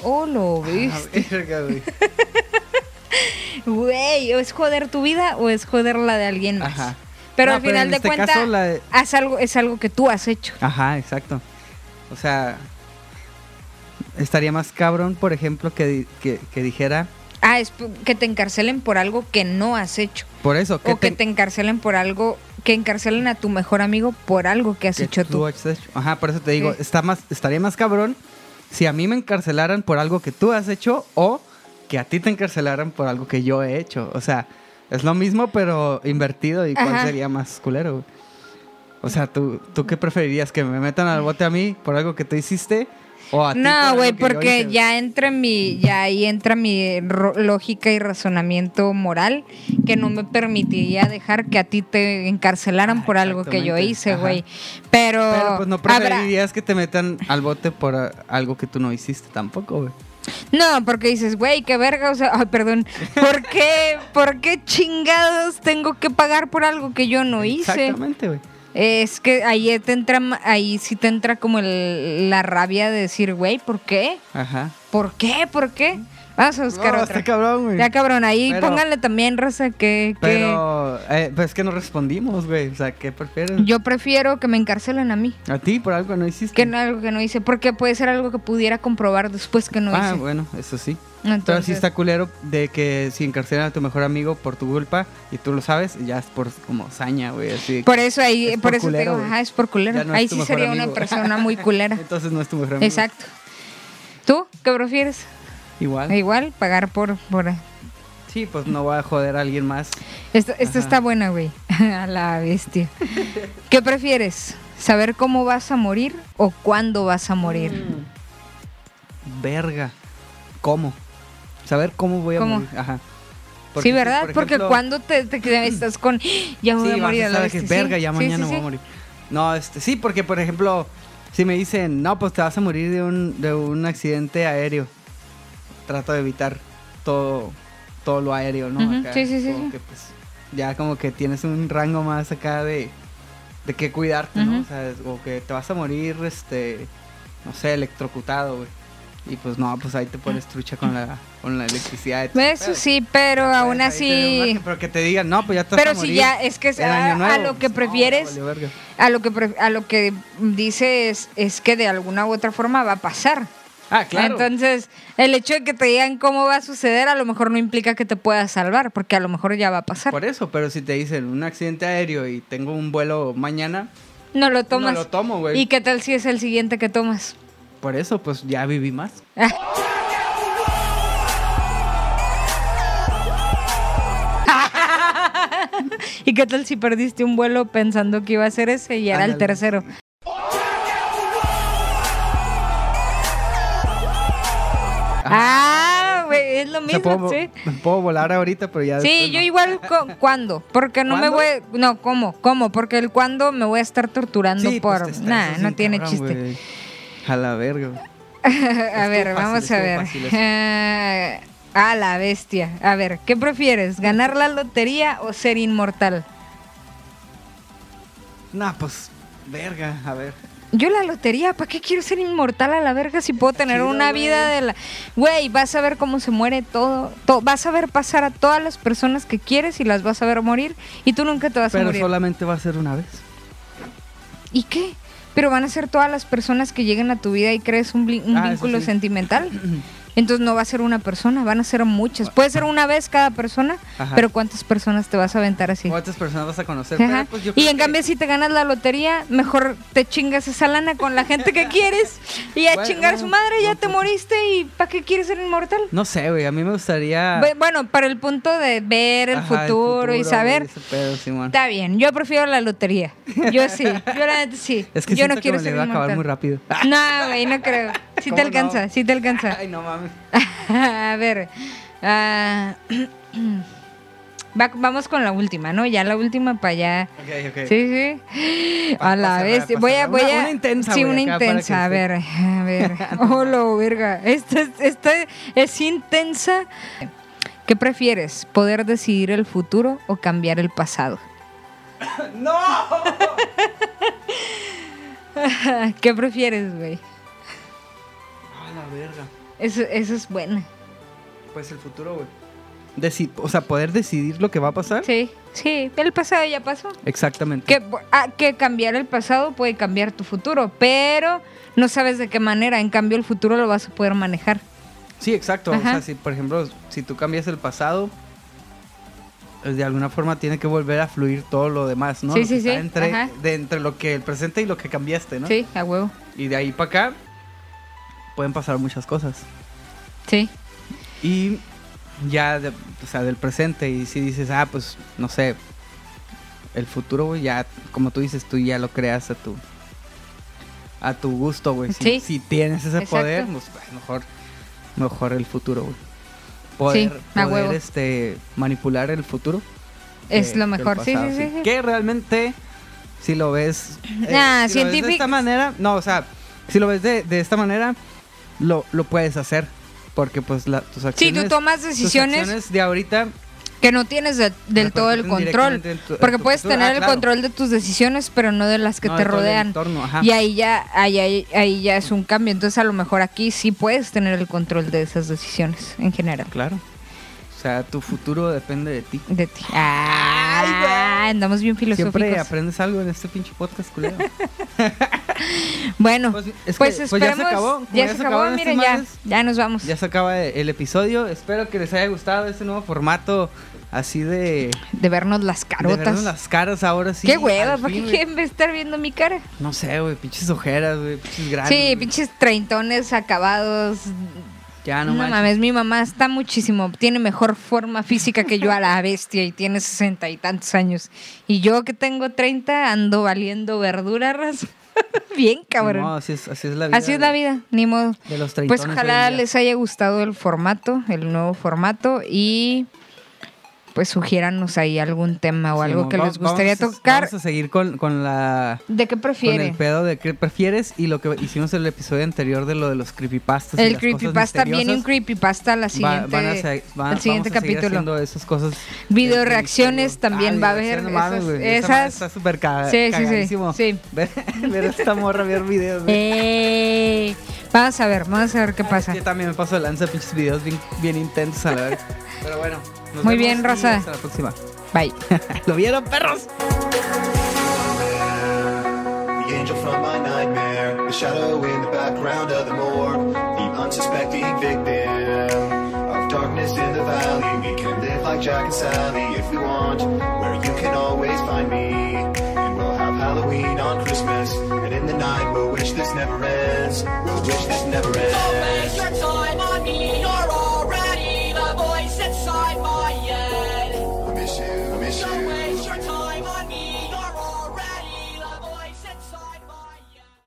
B: ¡Oh, lo
A: A
B: bestia!
A: verga, güey.
B: Güey, ¿o es joder tu vida o es joder la de alguien más?
A: Ajá.
B: Pero
A: No,
B: al
A: pero
B: final
A: en
B: de
A: este
B: cuentas,
A: caso, la de-
B: haz algo, es algo que tú has hecho.
A: Ajá, exacto. O sea, estaría más cabrón, por ejemplo, que, di- que, que dijera...
B: Ah, es p- que te encarcelen por algo que no has hecho.
A: Por eso,
B: o que te encarcelen por algo, que encarcelen a tu mejor amigo por algo que has
A: que
B: hecho tú.
A: has hecho. Ajá, por eso te digo,
B: Sí.
A: está más, estaría más cabrón si a mí me encarcelaran por algo que tú has hecho o que a ti te encarcelaran por algo que yo he hecho. O sea, es lo mismo, pero invertido. ¿Y cuál
B: Ajá.
A: sería más culero? güey? O sea, ¿tú, ¿tú qué preferirías? ¿Que me metan al bote a mí por algo que tú hiciste? ¿O a ti por
B: No,
A: algo
B: güey,
A: que yo
B: porque
A: hice?
B: ya entra mi, ya ahí entra mi ro- lógica y razonamiento moral que no me permitiría dejar que a ti te encarcelaran
A: Ah,
B: por algo que yo
A: exactamente,
B: hice,
A: ajá.
B: güey. Pero,
A: Pero pues no
B: habrá-
A: preferirías que te metan al bote por ah, algo que tú no hiciste tampoco, güey.
B: No, porque dices, güey, qué verga, o sea, ay, perdón,
A: (laughs)
B: ¿por qué, por qué chingados tengo que pagar por algo que yo no hice?
A: Exactamente, güey.
B: Es que ahí te entra, ma- ahí sí te entra como el- la rabia de decir, güey, ¿por qué?
A: Ajá.
B: ¿Por qué? ¿Por qué? Vamos a buscar
A: No,
B: otra.
A: está cabrón, güey.
B: Ya cabrón, ahí
A: Pero-
B: pónganle también, raza, que, que
A: Pero eh, pues es que no respondimos, güey. O sea, ¿qué prefieres?
B: yo prefiero que me encarcelen a mí.
A: A ti por algo no hiciste.
B: Que no algo que no hice, porque puede ser algo que pudiera comprobar después que no
A: ah,
B: hice.
A: bueno, eso sí.
B: Entonces,
A: Pero sí está culero de que si encarcelan a tu mejor amigo por tu culpa y tú lo sabes, ya es por como saña, güey. Así.
B: por eso ahí,
A: Es
B: por,
A: por
B: eso te
A: culero,
B: digo,
A: güey.
B: ajá, es por culero.
A: Ya no es
B: ahí
A: tu
B: sí
A: mejor
B: sería una
A: amigo.
B: persona muy culera.
A: Entonces no es tu mejor amigo.
B: Exacto. ¿Tú qué prefieres?
A: Igual.
B: Igual, pagar por, por
A: Sí, pues no va a joder a alguien más.
B: Esta,
A: Ajá.
B: esta está buena, güey. A la bestia. ¿Qué prefieres? ¿Saber cómo vas a morir o cuándo vas a morir?
A: Verga. ¿Cómo? Saber cómo voy a
B: ¿Cómo?
A: morir. Ajá.
B: sí, ¿verdad?
A: por
B: Porque
A: ejemplo-
B: cuando te, te quedas- estás con ya voy
A: Sí,
B: a
A: vas
B: morir
A: a
B: a la
A: saber que
B: bestia.
A: es verga,
B: sí.
A: ya
B: Sí,
A: mañana me
B: sí,
A: voy
B: sí.
A: a morir. No, este, sí, porque por ejemplo, si me dicen, no, pues te vas a morir de un, de un accidente aéreo, trato de evitar todo, todo lo aéreo, ¿no?
B: Ujú,
A: Acá,
B: sí, sí, sí,
A: como
B: sí.
A: que, pues, ya como que tienes un rango más acá de, de qué cuidarte, ¿no?
B: Ujú.
A: O sea, o que te vas a morir, este, no sé, electrocutado, güey. Y pues no, pues ahí te pones trucha con la, con la electricidad. y todo el
B: Eso
A: pedo.
B: sí, pero
A: Pues,
B: aún
A: ahí te dio un
B: así.
A: margen, Pero que te digan, no, pues ya te vas
B: Pero
A: a
B: si
A: morir
B: ya es que
A: el año
B: a,
A: nuevo,
B: a lo
A: pues,
B: que
A: no,
B: prefieres,
A: valió verga.
B: a lo que pref- a lo que dices es que de alguna u otra forma va a pasar.
A: Ah, claro.
B: Entonces, el hecho de que te digan cómo va a suceder a lo mejor no implica que te puedas salvar, porque a lo mejor ya va a pasar.
A: Por eso, pero si te dicen un accidente aéreo y tengo un vuelo mañana,
B: No lo tomas.
A: no lo tomo, güey.
B: ¿Y qué tal si es el siguiente que tomas?
A: Por eso, pues ya viví más.
B: ¿Y qué tal si perdiste un vuelo pensando que iba a ser ese y era el
A: Ándale.
B: tercero? Ah, güey, es lo
A: O sea,
B: mismo,
A: puedo,
B: sí.
A: puedo volar ahorita, pero ya.
B: Sí,
A: después
B: yo
A: no.
B: igual
A: (laughs)
B: cu- cuándo, porque no me
A: ¿Cuándo?
B: voy, no, ¿cómo? ¿Cómo? Porque el cuándo me voy a estar torturando
A: Sí, pues,
B: por
A: te estresas
B: nada, no
A: bien
B: tiene
A: cabrón,
B: chiste.
A: güey. A la verga.
B: (laughs) a ver,
A: fácil,
B: vamos a
A: estuvo
B: ver.
A: fácil eso.
B: Eh, a la bestia. A ver, ¿qué prefieres? ¿Ganar la lotería o ser inmortal?
A: Nah, pues, verga, a ver.
B: Yo la lotería, ¿para qué quiero ser inmortal a la verga si puedo tener
A: chido,
B: una
A: güey.
B: vida de la... Güey, vas a ver cómo se muere todo, to- Vas a ver pasar a todas las personas que quieres y las vas a ver morir y tú nunca te vas a
A: Pero
B: morir.
A: solamente va a ser una vez.
B: ¿Y qué? Pero van a ser todas las personas que lleguen a tu vida y crees un, bli- un
A: Ah, eso
B: vínculo
A: sí. (clears throat)
B: sentimental. Entonces no va a ser una persona, van a ser muchas. Puede ser una vez cada persona,
A: Ajá.
B: pero ¿cuántas personas te vas a aventar así?
A: ¿Cuántas personas vas a conocer?
B: Ajá.
A: Pero, pues, yo
B: y
A: creo
B: en
A: que-
B: cambio si te ganas la lotería, mejor te chingas esa lana con la gente que quieres y a
A: Bueno,
B: chingar a su madre, ya te moriste y ¿para qué quieres ser inmortal?
A: No sé, güey, a mí me gustaría...
B: Bu- Bueno, para el punto de ver el,
A: Ah. Ajá,
B: futuro, y
A: futuro,
B: saber,
A: güey, ese pedo, Simón.
B: está bien, yo prefiero la lotería. Yo sí, yo la neta sí.
A: (laughs) Es que
B: yo
A: siento
B: no quiero
A: que me
B: ser
A: le va a acabar
B: inmortal.
A: muy rápido.
B: (laughs) No, güey, no creo. Sí
A: ¿Cómo
B: te
A: no?
B: alcanza, sí te alcanza.
A: Ay, no mames.
B: (laughs) a ver. ah, (clears throat) va- vamos con la última, ¿no? Ya la última para allá.
A: Ok, ok.
B: Sí, sí.
A: Pa-
B: A la
A: pa'
B: vez.
A: cerrar, pa'
B: Voy a,
A: cerrar.
B: voy
A: Una-
B: a.
A: una intensa,
B: Sí,
A: güey,
B: una
A: acá para que
B: intensa. A
A: esté.
B: ver, (laughs) a ver.
A: (laughs)
B: Hola, verga. Esta, es- esta es intensa. ¿Qué prefieres? ¿Poder decidir el futuro o cambiar el pasado?
A: (laughs)
B: (laughs)
A: ¡No!
B: ¿Qué prefieres, güey?
A: A la verga.
B: Eso, eso es buena.
A: Pues el futuro, güey. Deci- o sea, poder decidir lo que va a pasar.
B: Sí, sí. El pasado ya pasó.
A: Exactamente.
B: Que, ah, que cambiar el pasado puede cambiar tu futuro, pero no sabes de qué manera. En cambio, el futuro lo vas a poder manejar.
A: Sí, exacto. O
B: Ajá.
A: sea, si, por ejemplo, si tú cambias el pasado, pues, de alguna forma tiene que volver a fluir todo lo demás, ¿no?
B: Sí,
A: Lo que
B: sí,
A: está
B: sí.
A: Entre,
B: Ajá.
A: de entre lo que el presente y lo que cambiaste, ¿no?
B: Sí, a huevo.
A: Y de ahí para acá pueden pasar muchas cosas.
B: Sí.
A: Y ya, de- o sea, del presente, y si dices, ah, pues, no sé, el futuro, güey, ya, como tú dices, tú ya lo creas a tu, a tu gusto, güey. Si,
B: Sí.
A: si tienes ese
B: Exacto.
A: poder, pues, pues, mejor, mejor el futuro, güey. Poder,
B: a
A: poder,
B: huevo.
A: este, manipular el futuro.
B: Es
A: que-
B: lo
A: que el
B: mejor. Sí,
A: pasado,
B: sí, sí, sí.
A: Que realmente, si lo ves, eh,
B: Nah,
A: si lo ves
B: científic-
A: de esta manera, no, o sea, si lo ves de, de esta manera, lo, lo puedes hacer. Porque pues la, tus
B: Sí,
A: acciones...
B: tú tomas
A: tus
B: decisiones
A: acciones de ahorita...
B: que no tienes de- del todo el
A: repercuten
B: control.
A: directamente en tu- en
B: Porque
A: tu
B: puedes
A: futuro.
B: tener
A: Ah,
B: el
A: claro.
B: control de tus decisiones, pero no de las que
A: No,
B: te
A: de todo el
B: rodean.
A: entorno, ajá.
B: Y ahí ya, ahí, ahí, ahí ya es un cambio. Entonces, a lo mejor aquí sí puedes tener el control de esas decisiones en general.
A: Claro. O sea, tu futuro depende de ti.
B: De ti. Ah, andamos bien filosóficos.
A: Siempre aprendes algo en este pinche podcast,
B: (laughs)
A: culero.
B: Bueno,
A: Pues,
B: pues,
A: es que- pues,
B: esperemos. ya se acabó,
A: como ya se acabaron
B: miren,
A: estos
B: ya,
A: madres.
B: ya nos vamos.
A: ya se acaba el episodio. Espero que les haya gustado este nuevo formato así de...
B: De vernos las
A: de
B: carotas.
A: vernos las caras ahora sí.
B: qué hueva,
A: al
B: ¿por qué
A: fin, güey.
B: quieren estar viendo mi cara?
A: No sé, güey, pinches ojeras, güey, pinches grandes.
B: sí,
A: güey.
B: pinches treintones acabados.
A: Ya, Ah, no,
B: no
A: manches.
B: mames, mi mamá está muchísimo, tiene mejor forma física que yo a la (laughs) bestia y tiene sesenta y tantos años. Y yo que tengo treinta ando valiendo verdura, (laughs) raza. Bien, cabrón.
A: No, así es, así es la vida.
B: Así es la
A: de-
B: vida, ni modo.
A: De los
B: Pues
A: treintones hoy en
B: ojalá
A: día.
B: les haya gustado el formato, el nuevo formato y pues sugiéranos ahí algún tema o
A: Sí,
B: algo
A: no,
B: que
A: va-
B: les gustaría
A: vamos a-
B: tocar.
A: Vamos a seguir con, con la...
B: ¿De qué
A: Con el
B: prefieren?
A: pedo de qué prefieres y lo que hicimos en el episodio anterior de lo de los creepypastas. y
B: El
A: las cosas
B: creepypasta, viene un
A: misteriosas,
B: creepypasta la
A: va-
B: siguiente,
A: van a se- van-
B: el siguiente
A: vamos a seguir
B: capítulo.
A: haciendo esas cosas.
B: Video
A: Este,
B: reacciones
A: misterio.
B: también
A: Ah,
B: va a
A: video
B: haber
A: reacciones, no mames,
B: esas-
A: güey, esa madre
B: esas-
A: Está súper caga-
B: Sí, sí, sí,
A: cagadísimo.
B: sí.
A: Ver, (laughs) ver a esta morra ver videos. güey.
B: ¡Ey! Eh, Vamos a ver, vamos a ver qué pasa.
A: Yo también me paso de lanza pinches videos bien, bien intensos a la vez. Pero bueno. nos
B: Muy
A: vemos
B: bien,
A: y
B: raza.
A: Hasta la próxima. (laughs)
B: Bye.
A: ¡Lo vieron, perros!
C: The angel from my nightmare, the shadow in the background of the morgue, the unsuspecting victim of darkness in the valley. We can live like Jack and Sally if we want, where you can always find me. And we'll have Halloween on Christmas, and in the night we'll wish this never ends. We'll wish this never ends.
D: Don't waste your time on me.